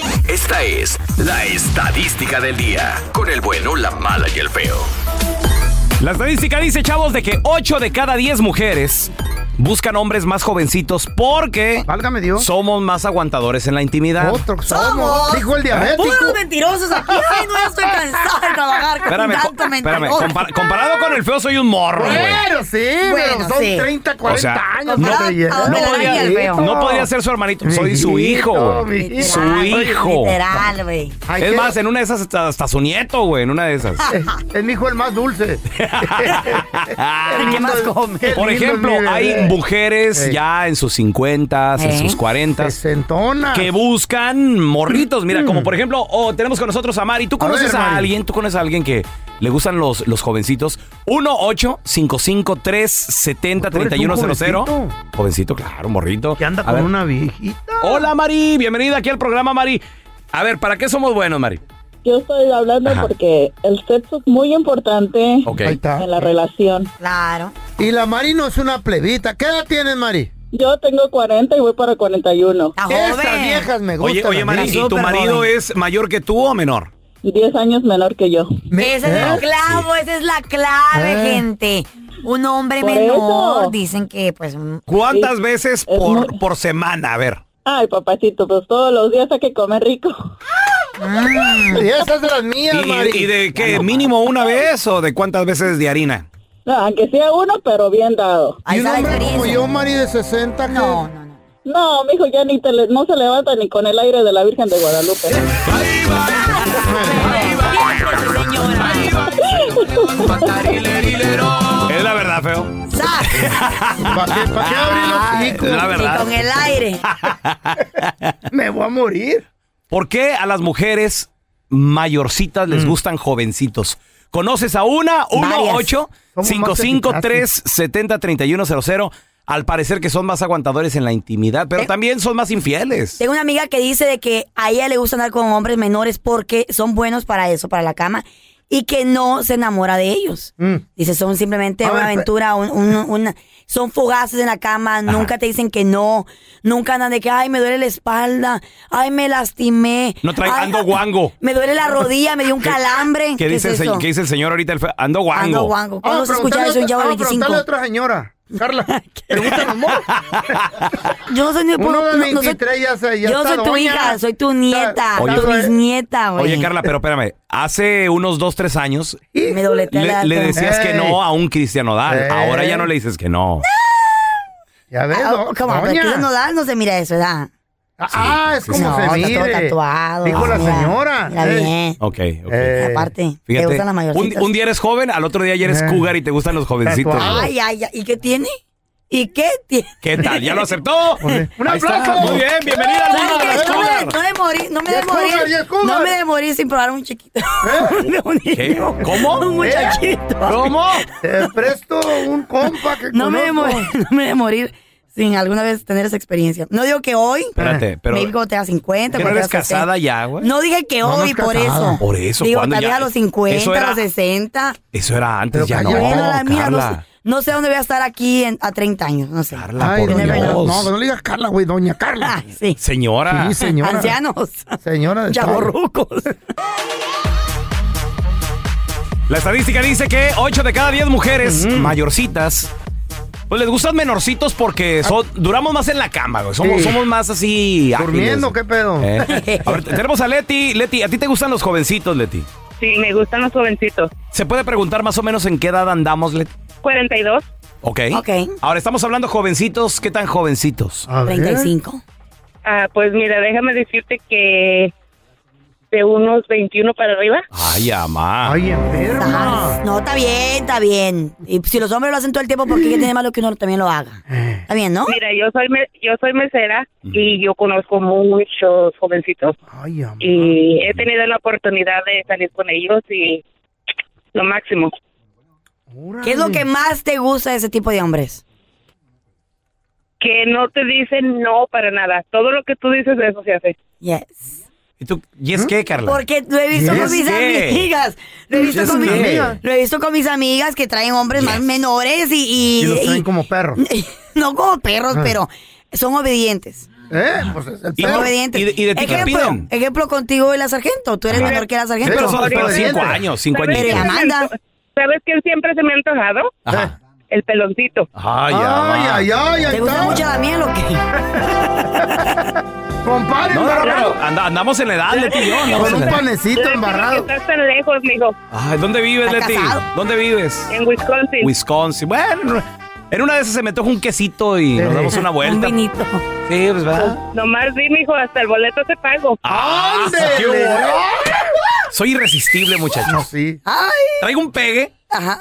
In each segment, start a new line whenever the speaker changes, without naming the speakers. Esta es la estadística del día, con el bueno, la mala y el feo.
La estadística dice, chavos, de que 8 de cada 10 mujeres buscan hombres más jovencitos porque
Válgame Dios.
somos más aguantadores en la intimidad.
Otro somos. Dijo el diabético.
Puros mentirosos aquí. Ay, no, ya estoy cansada de trabajar con
Espérame,
tanto
co- espérame,
mentiroso.
compar- comparado con el feo soy un morro, güey.
Pero sí,
Bueno,
pero son
sí.
30, 40
O sea,
años.
no-
te llenas.
¿a dónde
No
la daña el
podría,
feo?
no podría ser su hermanito, soy su hijo, güey.
Mijito, mi-
Su
Literal,
hijo.
Literal, güey.
Ay,
Es
qué-
más, en una de esas hasta, hasta su nieto, güey, en una de esas.
Es, es mi hijo el más dulce.
Ah, ¿Qué
lindo-
más come?
qué
Por
lindo
ejemplo,
es mi
hay
bebé.
mujeres
Ey.
ya en sus 50, en
Ey.
sus 40
Sesentonas. Mm.
que buscan morritos. Mira, como por ejemplo, oh, tenemos con nosotros a Mari. ¿Tú conoces
ver,
a,
Mari.
alguien? ¿Tú conoces a alguien que le gustan los, los jovencitos? 1 8 55 370
Tú eres un
3100
jovencito.
Jovencito, claro, morrito.
Que anda
A
con
ver.
una viejita.
Hola, Mari. Bienvenida aquí al programa, Mari. A ver, ¿para qué somos buenos, Mari?
Yo estoy hablando
Ajá.
porque el sexo es muy importante
Ok.
Ahí está.
en la relación.
Claro.
Y la Mari no es una plebita. ¿Qué edad tienes, Mari?
Yo tengo 40 y voy para 41.
Está
Estas
joven.
viejas me gustan.
Oye, oye,
a
Mari,
mí.
¿y tu
Súper
marido
joven.
es mayor que tú o menor?
10 años menor que yo.
Me-
Ese es
¿Eh?
el clavo, esa es la clave,
Eh.
gente. Un hombre
Por
menor,
eso.
dicen que pues... un-
¿Cuántas
Sí.
veces
Es
por,
muy-
por semana? A ver.
Ay, papacito, pues todos los días hay que comer rico.
Mm.
Y esas de las mías,
¿Y,
Mari.
y de qué? ¿Mínimo una vez o de cuántas veces de harina?
No, aunque sea uno, pero bien dado.
Y
Ahí
un
está la
hombre como
diferencia.
yo, Mari, de 60, que...
No, no, no.
No, mijo, ya ni te le- no se levanta ni con el aire de la Virgen de Guadalupe.
Es la verdad, feo.
¡Sas!
¿Para qué, pa' qué abrir los hijos?
La
Y
verdad.
con el aire.
Me voy a morir.
¿Por qué a las mujeres mayorcitas les gustan jovencitos? ¿Conoces a una?
Mm. Varias.
1 8 5 5 3
eficaces.
70 31 00 Al parecer que son más aguantadores en la intimidad, pero
Eh.
también son más infieles.
Tengo una amiga que dice de que a ella le gusta andar con hombres menores porque son buenos para eso, para la cama, y que no se enamora de ellos.
Mm.
Dice, son simplemente
A
una
ver, pe-
aventura, un- un- una- son fugaces en la cama, nunca te dicen que no, nunca andan de que, ay, me duele la espalda, ay, me lastimé.
No trae-
ay,
ando guango.
Me duele la rodilla, me dio un calambre.
¿Qué, dice,
es
el, se-
eso?
qué dice el señor ahorita? El fe- Ando guango.
Ando guango. ¿Cuándo
Vamos
se
a
escucha eso en
preguntarle a
Chavo
Ah, otra- vamos a
25?
preguntarle a otra señora. Carla, ¿te gustan los morros?
Yo no soy ni
Uno de
no- no soy-
23 ya se- ya
Yo no
está
soy tu
doña.
hija, soy tu nieta,
Oye,
tu
Carla, eh.
bisnieta, güey.
Oye, Carla, pero espérame. Hace unos dos, tres años
Me doletea
le,
la
le
alta.
decías que
Ey.
no a un Cristiano Dal.
Ey.
Ahora ya no le dices que no.
Ya ves,
Ah,
do-
oh, come on, pero
doña.
Cristian Nodal no se mira eso, ¿verdad?
Ah, es como
No,
se
está todo
mire.
tatuado.
Dijo la
Mira,
señora.
mira
Eh,
bien.
Ok, ok.
eh,
Aparte,
Fíjate,
te gustan las
un,
mayorcitas.
un día eres joven, al otro día ya eres
Eh.
cougar y te gustan los jovencitos.
Tatuado.
Ay, ay, ay. ¿Y qué tiene? ¿Y qué tiene?
¿Qué tal? ¿Ya lo aceptó?
¡Un
Ahí está,
aplauso!
Muy bien, bienvenida al mundo de
¿Sabes
las
qué? No me,
cougar.
no me morí, no me
Y
de
es cougar, y es
morir.
cougar.
No me de morir sin probar un chiquito. Un
¿Qué?
niño.
¿Cómo?
Un muchachito.
¿Cómo?
Te presto un compa que
No me, de
conozco.
morir, no me de morir sin alguna vez tener esa experiencia. No digo que hoy.
Espérate, pero.
Maybe cuando tenga 50.
¿Que no
cuando
eres
tenga 60.
casada ya, güey?
No dije que
no
hoy,
es
por
casada.
eso.
Por eso,
Digo,
¿cuándo
tal
ya?
vez a los
Eso
50,
era-
a los 60.
Eso era antes,
Pero
ya no.
cállate.
Bueno, la mía, no, sé,
Carla,
no sé dónde voy a estar aquí en- a 30 años, no sé.
Carla,
Ay,
por
doña, no,
Dios.
no le digas Carla, güey, doña Carla.
Ah, sí.
Señora.
Sí, señora.
Ancianos.
Señora de
Chavorrucos.
La estadística dice que 8 de cada 10 mujeres mayorcitas. Pues les gustan menorcitos porque son- duramos más en la cama, güey. Somos,
Ah. Sí.
somos más así. ágiles.
¿Durmiendo qué pedo?
Eh. A ver, tenemos a Leti. Leti, ¿a ti te gustan los jovencitos, Leti?
Sí, me gustan los jovencitos.
¿Se puede preguntar más o menos en qué edad andamos, Leti? ¿Eh?
42,
Ok.
Ok.
Ahora estamos hablando jovencitos. ¿Qué tan jovencitos?
A ver.
35.
ah, pues mira, déjame decirte que de unos 21 para arriba.
Ay, amá.
Ay, enferma.
Estás- No, está bien, está bien. Y si los hombres lo hacen todo el tiempo, ¿por qué ¿Qué tiene malo que uno también lo haga? Está bien, ¿no?
Mira, yo soy me- yo soy mesera y yo conozco muchos jovencitos
Ay, amor.
y he tenido la oportunidad de salir con ellos y lo máximo.
¿Qué es lo que más te gusta de ese tipo de hombres?
Que no te dicen no para nada. Todo lo que tú dices, eso se hace.
Yes.
¿Y, tú, ¿Y es qué, Carla?
Porque lo he visto
Yes,
con mis
¿qué?
amigas. Lo he, visto
Yes,
con mis,
¿qué?
lo he visto con mis amigas que traen hombres más menores y.
Y
y-
los traen
y-
como perros.
no como perros, pero son obedientes.
¿Eh? Pues es el
Ah. Y-
Son
perro.
obedientes.
¿y de- y de ti qué
ejemplo,
piden?
ejemplo contigo y la sargento. Tú eres
Ajá.
menor que la sargento.
Pero
Pero
son
son
pero
obedientes.
cinco años, cinco
¿Sabes
años.
Pero
quién se me
Amanda.
anto- ¿Sabes quién siempre se me ha antojado?
Ajá.
El peloncito.
Ay,
Ay,
Ah,
amá.
ay, ay, ahí
¿Te gusta
está.
mucho la miel o qué?
Compadre,
No, no, no,
embarrado.
pero anda- andamos en la edad, Leti y yo.
Con
andamos en
un
la edad.
panecito embarrado.
Estás tan lejos, mijo,
Ay, ¿dónde vives,
¿Está
Leti?
casado?
¿Dónde vives?
en Wisconsin.
Wisconsin. Bueno, en una de esas se me toca un quesito y nos damos una
Un
vuelta. Sí,
vinito.
pues va.
Nomás di, mijo, hasta el boleto te pago.
¡Ah! qué
¡Ándele!
bueno! Soy irresistible,
No,
muchachos.
sí.
Ay,
Traigo un pegue.
ajá.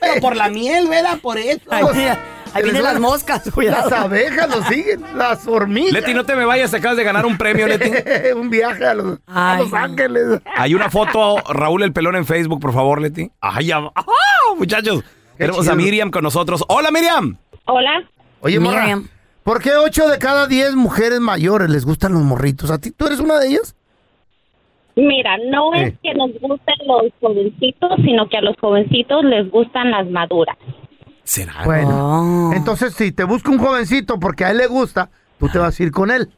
Pero por la miel, ¿verdad? Por eso.
Ay,
Pues,
mira, Ahí vienen las moscas,
Las
cuidado.
abejas lo siguen, las hormigas.
Leti, no te me vayas, te acabas de ganar un premio, Leti.
un viaje a los, a
Ay,
Los
no.
Ángeles.
Hay una foto, Raúl el Pelón en Facebook, por favor, Leti. ¡Ay, ya! ¡Ah, muchachos! Tenemos a
chido.
Miriam con nosotros. ¡Hola, Miriam!
Hola.
Oye, morra,
Miriam.
¿por qué 8 de cada 10 mujeres mayores les gustan los morritos? ¿A ti tú eres una de ellas?
Mira, no
Sí.
es que nos gusten los jovencitos, sino que a los jovencitos les gustan las maduras.
¿Será?
Bueno.
Oh.
Entonces, si te busca un jovencito porque a él le gusta, tú te vas a ir con él.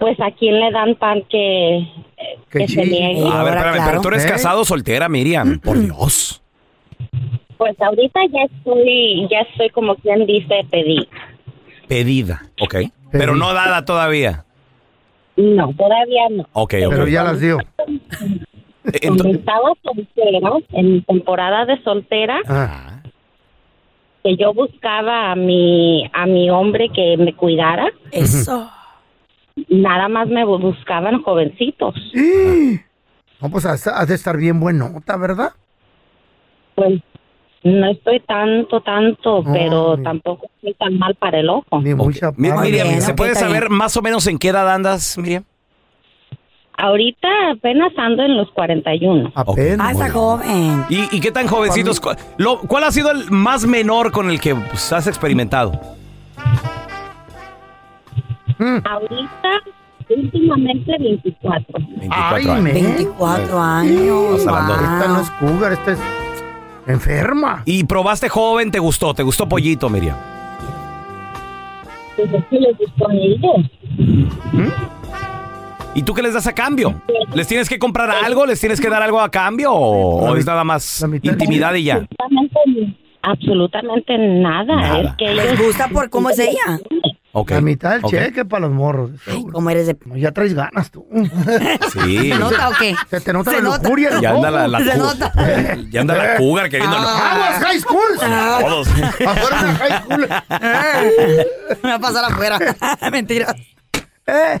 Pues a quién le dan pan que, eh,
Que
que se
sí.
niegue.
a
ahora,
ver, espérame,
claro.
pero tú eres
¿Eh?
casado o soltera, Miriam. Por Dios.
Pues ahorita ya estoy, ya estoy como quien dice pedir.
Pedida. Ok. Pero no dada todavía.
No, todavía no.
Ok, ok.
Pero ya las dio.
Eh, Ento-
Cuando estaba soltera, en temporada de soltera,
Ah,
que yo buscaba a mi, a mi hombre que me cuidara,
Eso.
nada más me bu- buscaban jovencitos.
Ah.
No, pues has, has de estar bien buenota, ¿verdad?
Pues no estoy tanto, tanto,
Ah,
pero
mira.
tampoco estoy tan mal para el ojo.
Ni muy chapada.
Mi- Miriam,
bien,
¿se
ok,
puede
está
saber más o menos en qué edad andas, Miriam?
Ahorita apenas ando en los 41.
Ah,
Apenas.
está joven.
¿Y, y qué tan jovencitos? ¿Cuál, lo- cuál ha sido el más menor con el que pues, has experimentado?
Mm.
Ahorita, últimamente 24.
24
Ay, ¿eh?
años.
me.
24
Estás
años.
hablando de-
Esta no es
wow.
cougar, esta este es enferma.
¿Y probaste joven? ¿Te gustó? ¿Te gustó pollito, Miriam?
Pues es que les gustó a ellos.
¿Y tú qué les das a cambio? ¿Les tienes que comprar algo? ¿Les tienes que dar algo a cambio? ¿O,
La
o es
mi-
nada más
la mitad.
intimidad y ya?
Absolutamente, absolutamente nada.
Nada.
Es que
Les
ellos,
gusta por cómo es ella.
Ok.
La mitad del
ok.
cheque para los morros.
Ay, cómo eres de.
No, ya traes ganas tú.
Sí.
¿Se nota o qué?
Se te nota
Se
la
nota.
lujuria. en los
Ya anda la, la
ojos.
Se
cu-
nota. Ah.
Ya anda la cougar queriendo. Ah,
¡Aguas high school!
Todos.
Ah.
Afuera una high school.
Me va a pasar afuera. Mentira.
Eh.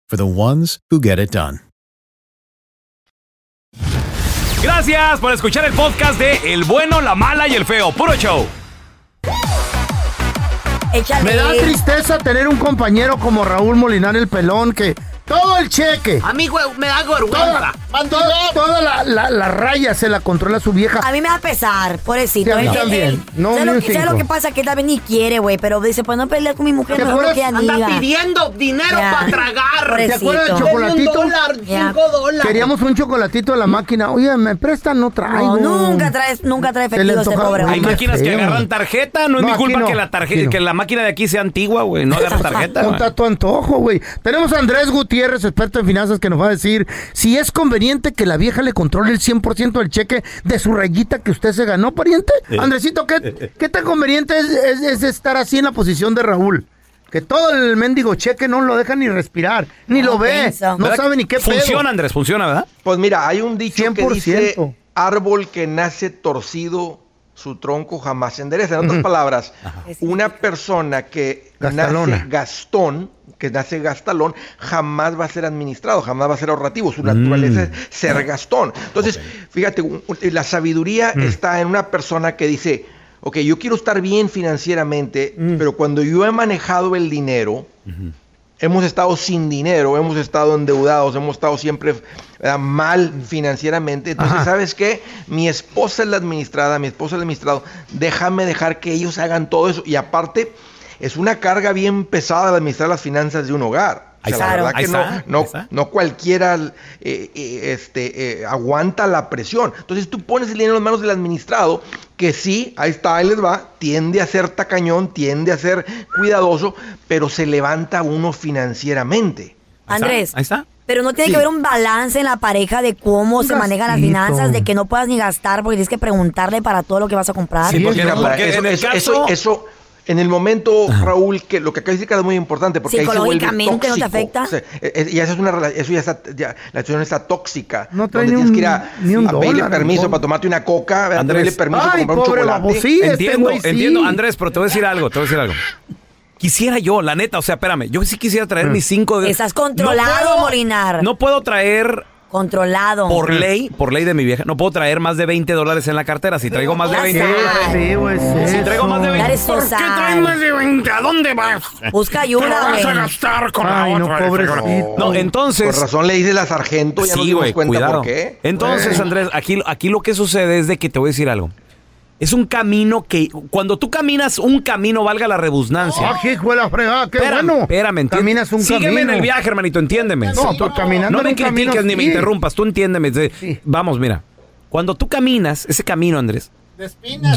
for the ones who get it done.
Gracias por escuchar el podcast de El bueno, la mala y el feo. Puro show.
Me da tristeza tener un compañero como Raúl Molinar el Pelón que todo el cheque.
A mí, güey, me da
Toda,
vergüenza.
toda, toda la, la- la raya se la controla su vieja.
A mí me da pesar, pobrecito.
Sí, a mí
Él- él-
también.
él-
No,
¿sabes
ni
lo,
un
que, ¿sabes
cinco.
lo que pasa? Que él también ni quiere, güey, pero dice, pues no pelear con mi mujer,
¿Te
mejor
acuerdas?
que amiga.
Anda pidiendo dinero
Ya.
para tragar.
¿Te acuerdas del
Denme
chocolatito?
Un dólar,
Ya.
cinco dólares.
Queríamos un chocolatito de la máquina. Oye, ¿me prestan? No traigo.
No, nunca traes, nunca trae
Se le
efectivo este
antoja-
pobre,
Ay,
Hay
güey.
qué
máquinas que
feo.
agarran tarjeta. No es
No,
mi
aquí
culpa
no,
que, la tarje-
aquí no.
que la máquina de aquí sea antigua, güey. No agarra tarjeta. güey.
Conta tu antojo, güey. Tenemos a Andrés Gutiérrez, experto en finanzas, que nos va a decir si es conveniente que la vieja le controle el 100% del cheque de su rayita que usted se ganó, pariente.
Eh.
Andresito, ¿qué, qué tan conveniente es, es- es estar así en la posición de Raúl? Que todo el mendigo cheque no lo deja ni respirar, ni
No
lo ve,
piensa.
no
¿Verdad
sabe ni qué pedo.
Funciona, Andrés, funciona, ¿verdad?
Pues mira, hay un dicho que
100%.
dice árbol que nace torcido, su tronco jamás se endereza. En otras palabras, una persona que
Gastalona.
nace gastón, que nace gastalón, jamás va a ser administrado, jamás va a ser ahorrativo. Su
Mm.
naturaleza es ser gastón. Entonces, fíjate, un- un- la sabiduría
Mm.
está en una persona que dice, ok, yo quiero estar bien financieramente,
Mm.
pero cuando yo he manejado el dinero, Hemos estado sin dinero, hemos estado endeudados, hemos estado siempre ¿verdad? mal financieramente. Entonces,
Ajá.
¿sabes qué? Mi esposa es la administrada, mi esposa es el administrado. Déjame dejar que ellos hagan todo eso. Y aparte, es una carga bien pesada de administrar las finanzas de un hogar. O
Ahí
sea,
está,
la verdad
ahí
que no-
está,
no,
ahí está.
no cualquiera eh, eh, este, eh, aguanta la presión. Entonces tú pones el dinero en manos del administrado, que sí, ahí está, ahí les va, tiende a ser tacañón, tiende a ser cuidadoso, pero se levanta uno financieramente.
Ahí está,
Andrés.
Ahí está.
Pero no tiene
Sí.
que haber un balance en la pareja de cómo se manejan las
gastito.
finanzas, de que no puedas ni gastar porque tienes que preguntarle para todo lo que vas a comprar.
Sí,
Así
porque,
es,
Carla,
porque
eso,
en el
eso-
caso...
eso- eso, en el momento, Raúl, que lo que acabas de decir que es muy importante porque ahí se vuelve
Psicológicamente, ¿no te
tóxico.
afecta?
O sea, eh, eh, y eso es una rela- eso ya está, ya, la situación está tóxica.
No
donde
trae ni
tienes
un-
que ir a,
ni un
a pedirle
dólar,
permiso
Raúl.
para tomarte una coca, a
Andrés.
pedirle permiso para
Ay,
comprar un
pobre
chocolate.
babosí, este
Entiendo,
güey sí.
entiendo. Andrés, pero te voy a decir algo, te voy a decir algo. Quisiera yo, la neta, o sea, espérame, yo sí quisiera traer
Mm.
mis cinco...
Estás controlado,
puedo-
Molinar.
No puedo traer
Controlado.
por ley, por ley de mi vieja, no puedo traer más de 20 dólares en la cartera. Si traigo más de
Ya
20
está.
dólares...
Sí,
pues
güey, sí.
Si traigo más de
Ya
20...
eres social.
de 20? ¿A dónde vas?
Busca ayuda, güey.
gastar con
Ay, no, pobrecito.
No, entonces...
Por razón le dice la sargento, ya nos
Sí,
dimos
güey,
cuenta
cuidado.
por qué.
Entonces, Andrés, aquí, aquí lo que sucede es de que te voy a decir algo. Es un camino que, cuando tú caminas un camino, valga la redundancia.
Ah, hijo de la fregada, qué
espérame,
bueno.
espérame, entiende-
Caminas un
Sígueme
camino.
en el viaje, hermanito, entiéndeme.
No, tú caminando
no
en
me
un camino,
critiques ni me
sí.
interrumpas, tú entiéndeme. De- Vamos, mira. Cuando tú caminas ese camino, Andrés,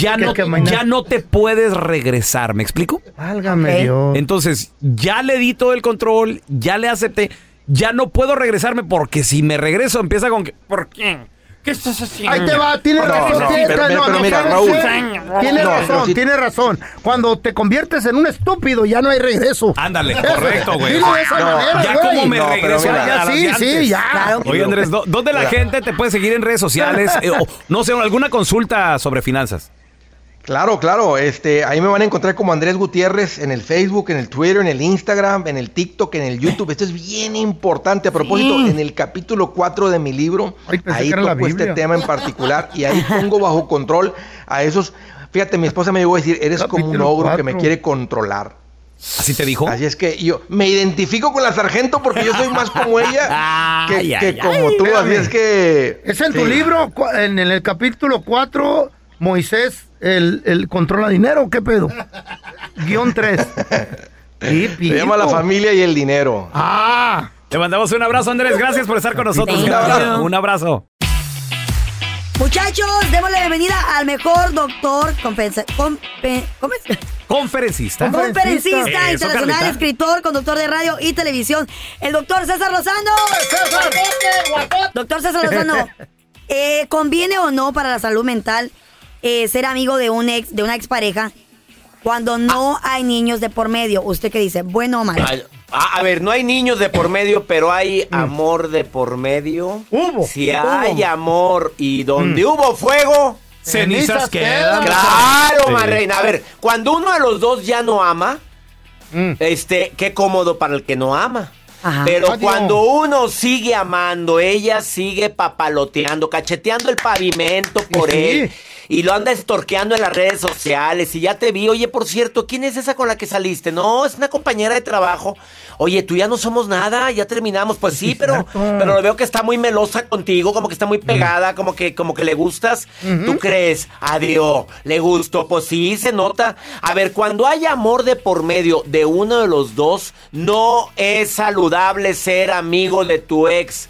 ya
que
no,
caminar.
ya no te puedes regresar, ¿me explico?
Válgame
Ok.
Dios.
Entonces, ya le di todo el control, ya le acepté, ya no puedo regresarme porque si me regreso empieza con que, ¿por qué?
¿Qué estás haciendo?
Ahí te va, tiene
No,
razón.
no,
tiene-
pero-
no,
pero-
no,
pero mira,
¿sabes
Raúl.
qué? Tiene
No,
razón,
pero sí-
tiene razón. Cuando te conviertes en un estúpido, ya no hay regreso.
Ándale,
Eso,
correcto, güey.
dilo de esa
No,
manera,
ya
güey.
como me
No, pero
regreso
mira,
a
ya
las
sí,
de antes.
sí, ya.
Oye, Andrés, ¿dó- ¿dónde la
Mira.
gente te puede seguir en redes sociales? Eh, o, no sé, alguna consulta sobre finanzas.
Claro, claro. Este, ahí me van a encontrar como Andrés Gutiérrez en el Facebook, en el Twitter, en el Instagram, en el TikTok, en el YouTube. Esto es bien importante. A propósito,
Sí.
en el capítulo 4 de mi libro,
pensé
ahí
que era la
toco este
Biblia.
tema en particular y ahí pongo bajo control a esos. Fíjate, mi esposa me llegó a decir, eres como un
Capítulo
ogro que me
cuatro.
quiere controlar.
¿Así te dijo?
Así es que yo me identifico con la sargento porque yo soy más como ella que,
Ay,
que
ay,
como
ay.
tú. Así
Espérame.
es que...
Es en tu
sí.
libro, cu- en, en el capítulo 4, Moisés, el, el controla dinero, ¿qué pedo? Guión 3.
Eh, Se llama La Familia y el Dinero.
Ah.
Te mandamos un abrazo, Andrés. Gracias por estar con nosotros.
Un abrazo.
Un abrazo.
Muchachos, démosle la bienvenida al mejor doctor compensa- compe- ¿cómo es?
Conferencista. Eh,
conferencista
Eso,
internacional,
Carlita.
escritor, conductor de radio y televisión, el doctor César Lozano. Doctor César Lozano, eh, ¿conviene o no para la salud mental eh, ser amigo de un ex, de una expareja cuando no hay niños de por medio? ¿Usted qué dice? ¿Bueno o malo?
Ay, A, a ver, no hay niños de por medio, pero hay amor de por medio.
Hubo.
Si
Hubo.
hay amor y donde
Mm.
hubo fuego,
Cenizas quedan.
Claro,
Sí.
ma reina. A ver, cuando uno de los dos ya no ama, este, qué cómodo para el que no ama.
Ah.
Pero
Adiós.
cuando uno sigue amando, ella sigue papaloteando, cacheteando el pavimento por
sí.
él. Y lo anda estorqueando en las redes sociales. Y ya te vi, oye, por cierto, ¿quién es esa con la que saliste? No, es una compañera de trabajo. Oye, tú ya no somos nada, ya terminamos. Pues sí, pero, pero lo veo que está muy melosa contigo, como que está muy pegada, como que, como que le gustas. ¿Tú crees? Adiós, le gustó. Pues sí, se nota. A ver, cuando hay amor de por medio de uno de los dos, no es saludable ser amigo de tu ex.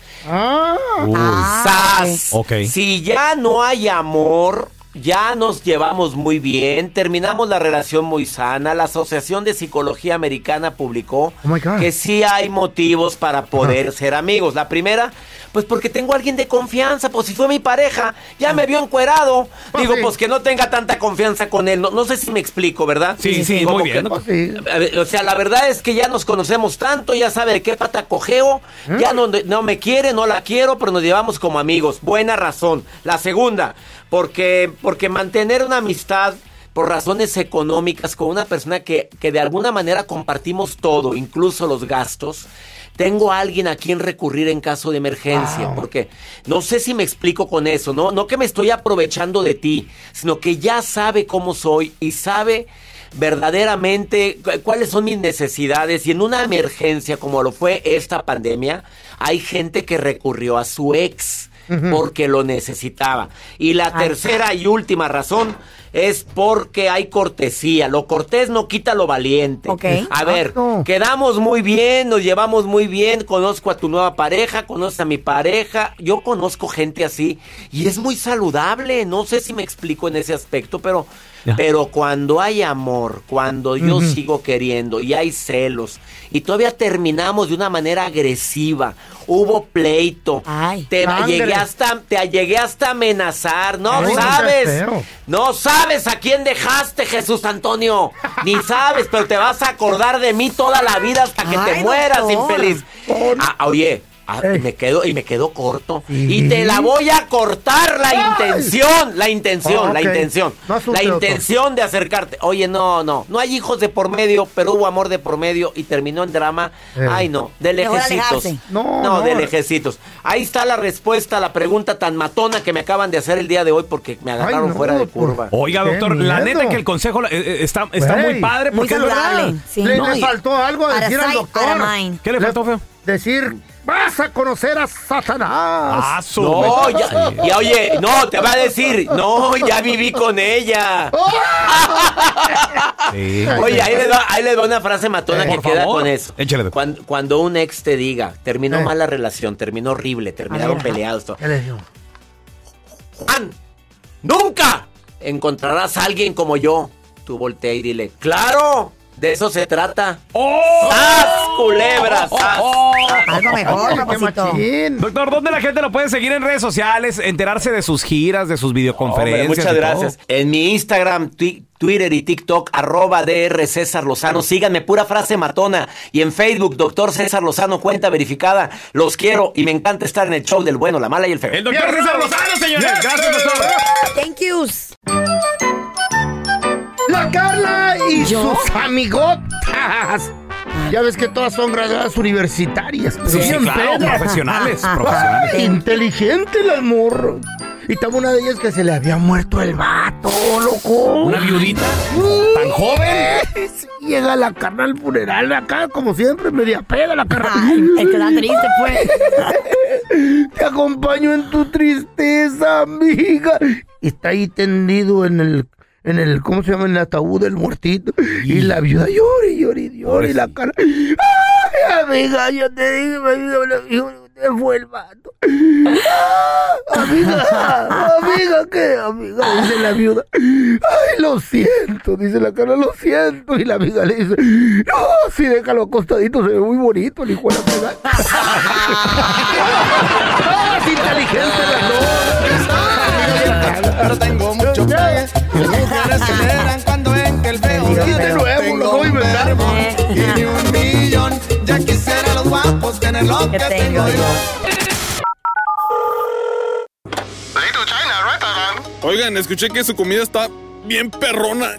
¡Sas!
Ok.
Si ya no hay amor, ya nos llevamos muy bien, terminamos la relación muy sana. La Asociación de Psicología Americana publicó
Oh
que sí hay motivos para poder ser amigos. La primera, pues porque tengo a alguien de confianza, pues si fue mi pareja, ya me vio encuerado.
Ah,
Digo, pues que no tenga tanta confianza con él. No, no sé si me explico, ¿verdad?
Sí, sí,
Como
muy bien.
que- a ver, O sea, la verdad es que ya nos conocemos tanto, ya sabe de qué pata cojeo, ya no, no me quiere, no la quiero, pero nos llevamos como amigos. Buena razón. La segunda, porque, porque mantener una amistad por razones económicas con una persona que, que de alguna manera compartimos todo, incluso los gastos. Tengo a alguien a quien recurrir en caso de emergencia, porque no sé si me explico con eso, ¿no? No que me estoy aprovechando de ti, sino que ya sabe cómo soy y sabe verdaderamente cu- cuáles son mis necesidades y en una emergencia como lo fue esta pandemia, hay gente que recurrió a su ex porque lo necesitaba. Y la tercera y última razón es porque hay cortesía. Lo cortés no quita lo valiente. A ver, quedamos muy bien, nos llevamos muy bien, conozco a tu nueva pareja, conozco a mi pareja, yo conozco gente así y es muy saludable, no sé si me explico en ese aspecto, pero, pero cuando hay amor, cuando yo
Ujú.
sigo queriendo y hay celos y todavía terminamos de una manera agresiva, hubo pleito, te
sangre.
llegué hasta, te llegué hasta amenazar, no
Ay, qué
sabes.
feo.
No sabes a quién dejaste, Jesús Antonio. Ni sabes, pero te vas a acordar de mí toda la vida hasta que te
Ay,
mueras,
doctor.
infeliz. Ah, oye, ah, y me quedo, y me quedo corto. Y te la voy a cortar la intención, la intención,
Ah,
la
ok.
intención.
No asuste,
la
doctor.
intención de acercarte. Oye, no, no. No hay hijos de por medio, pero hubo amor de por medio y terminó en drama.
Eh.
Ay, no, de
Mejor
lejecitos.
alejarse.
No,
no.
de lejecitos. Ahí está la respuesta a la pregunta tan matona que me acaban de hacer el día de hoy porque me agarraron
no,
fuera de curva.
Oiga, doctor, la
miedo.
neta que el consejo eh, eh, está, está
Güey,
muy padre
muy
porque es
saludable,
verdad.
sí. Le- le faltó algo a
Out of
decir al
sight,
doctor.
out of mind. ¿Qué le faltó, feo?
Decir, vas a conocer a Satanás. Ah,
No, ya, ya, oye, no, te va a decir, no, ya viví con ella. Oye, ahí les, va, ahí les va una frase matona
Eh,
que
por
queda
favor. pues. Eh.
con eso. Cuando, cuando un ex te diga, terminó mal la relación, terminó horrible, terminaron peleados. todo. Juan, nunca encontrarás a alguien como yo. Tú voltea y dile, claro, De eso se trata.
¡Oh!
¡Sas, culebras! ¡Sas!
Algo mejor, papacito.
Doctor, ¿dónde la gente lo puede seguir en redes sociales? Enterarse de sus giras, de sus videoconferencias.
Hombre, muchas
de todo?
gracias. En mi Instagram, twi- Twitter y TikTok, arroba DR César Lozano. Síganme, pura frase matona. Y en Facebook, doctor César Lozano, cuenta verificada. Los quiero y me encanta estar en el show del bueno, la mala y el feo. El
doctor César Lozano, señores. Gracias, doctor.
Thank yous.
La Carla y sus amigotas. Ya ves que todas son graduadas universitarias. pero
Sí,
bien
claro,
pedas.
profesionales,
Ay,
profesionales.
inteligente el amor. Y estaba una de ellas que se le había muerto el vato, loco.
¿Una viudita? ¿Tan joven?
Sí, Llega la carnal al funeral acá, como siempre, media peda la carnal.
es que está triste, pues.
Te acompaño en tu tristeza, amiga. Y está ahí tendido en el, en el, ¿cómo se llama? En el ataúd del muertito. Y la viuda llora y llora y llora y la cara. Ay, amiga, yo te dije, amiga, la- yo- usted fue el vato. Ah, amiga, amiga, ¿qué? Amiga, dice la viuda. Ay, lo siento, dice la cara, lo siento. Y la amiga le dice, no, si déjalo acostadito, se ve muy bonito el hijo de la fregada. ¡Más inteligente las dos! Pero tengo mucho que mujeres que me dan cuando en que el veo de nuevo, lo voy a inventar y ni un millón ya quisiera los guapos tener lo que tengo yo
Oigan, escuché que su comida está bien perrona.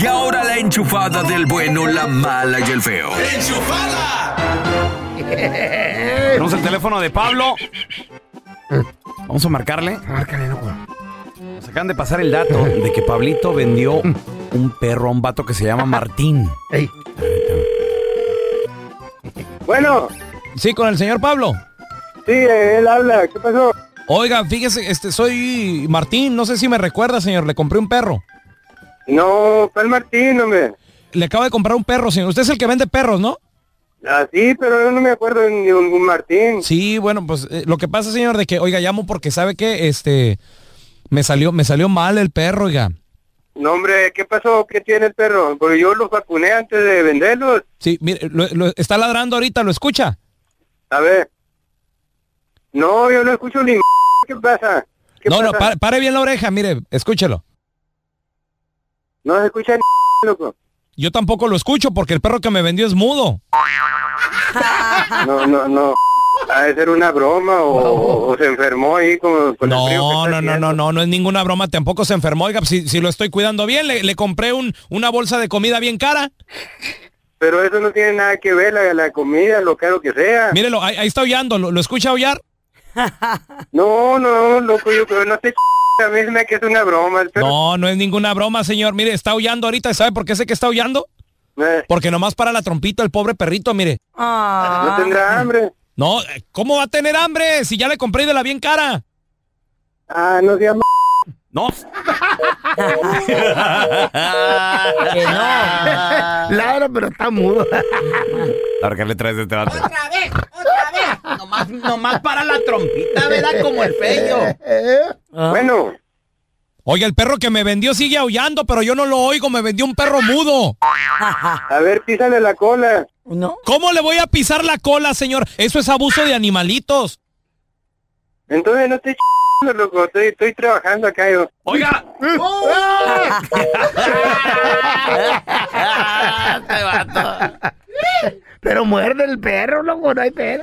Y ahora la enchufada del bueno, la mala y el feo.
Tenemos el teléfono de Pablo. Vamos a marcarle. Nos acaban de pasar el dato de que Pablito vendió un perro a un vato que se llama Martín.
Bueno.
Sí, con el señor Pablo.
Sí, él habla. ¿Qué pasó?
Oiga, fíjese, este, soy Martín. No sé si me recuerda, señor. Le compré un perro.
No, ¿cuál Martín, hombre?
Le acabo de comprar un perro, señor. Usted es el que vende perros, ¿no?
Ah, sí, pero yo no me acuerdo de ningún Martín.
Sí, bueno, pues eh, lo que pasa, señor, de que, oiga, llamo porque sabe que, este, me salió, me salió mal el perro, oiga.
No, hombre, ¿qué pasó? ¿Qué tiene el perro? Porque yo los vacuné antes de venderlos.
Sí, mire, lo- lo- está ladrando ahorita, ¿lo escucha?
A ver. No, yo no escucho ni... m- ¿Qué pasa? ¿Qué
No, no,
pasa?
pare, pare bien la oreja, mire, escúchelo.
No se escucha ni... m- loco.
Yo tampoco lo escucho porque el perro que me vendió es mudo.
No, no, no. Ha de ser una broma o, o se enfermó ahí con, con el frío que
No,
está
no, no, no, no, no es ninguna broma, tampoco se enfermó, oiga, si, si lo estoy cuidando bien, le, le compré un, una bolsa de comida bien cara.
Pero eso no tiene nada que ver la, la comida, lo caro que sea.
Mírelo, ahí, ahí está aullando, ¿lo, lo escucha aullar?
No, no, loco, yo creo, no te c... a mí se me hace que es una broma. el perro.
No, no es ninguna broma, señor, mire, está aullando ahorita, ¿sabe por qué sé que está aullando?
Eh,
Porque nomás para la trompita el pobre perrito, mire.
Ah.
Ah.
No tendrá hambre.
No, eh, ¿cómo va a tener hambre si ya le compré de la bien cara?
Ah, no seas m-
No.
Ladra, pero está mudo.
Ahora que le traes de este vato.
Otra vez, otra vez. Nomás, nomás para la trompita, ¿verdad? Como el pello.
Bueno.
Oiga, el perro que me vendió sigue aullando, pero yo no lo oigo, me vendió un perro mudo.
A ver, písale la cola.
¿Cómo le voy a pisar la cola, señor? Eso es abuso de animalitos.
Entonces no te c... loco, estoy, estoy trabajando acá yo.
Oiga.
pero muerde el perro loco no hay perro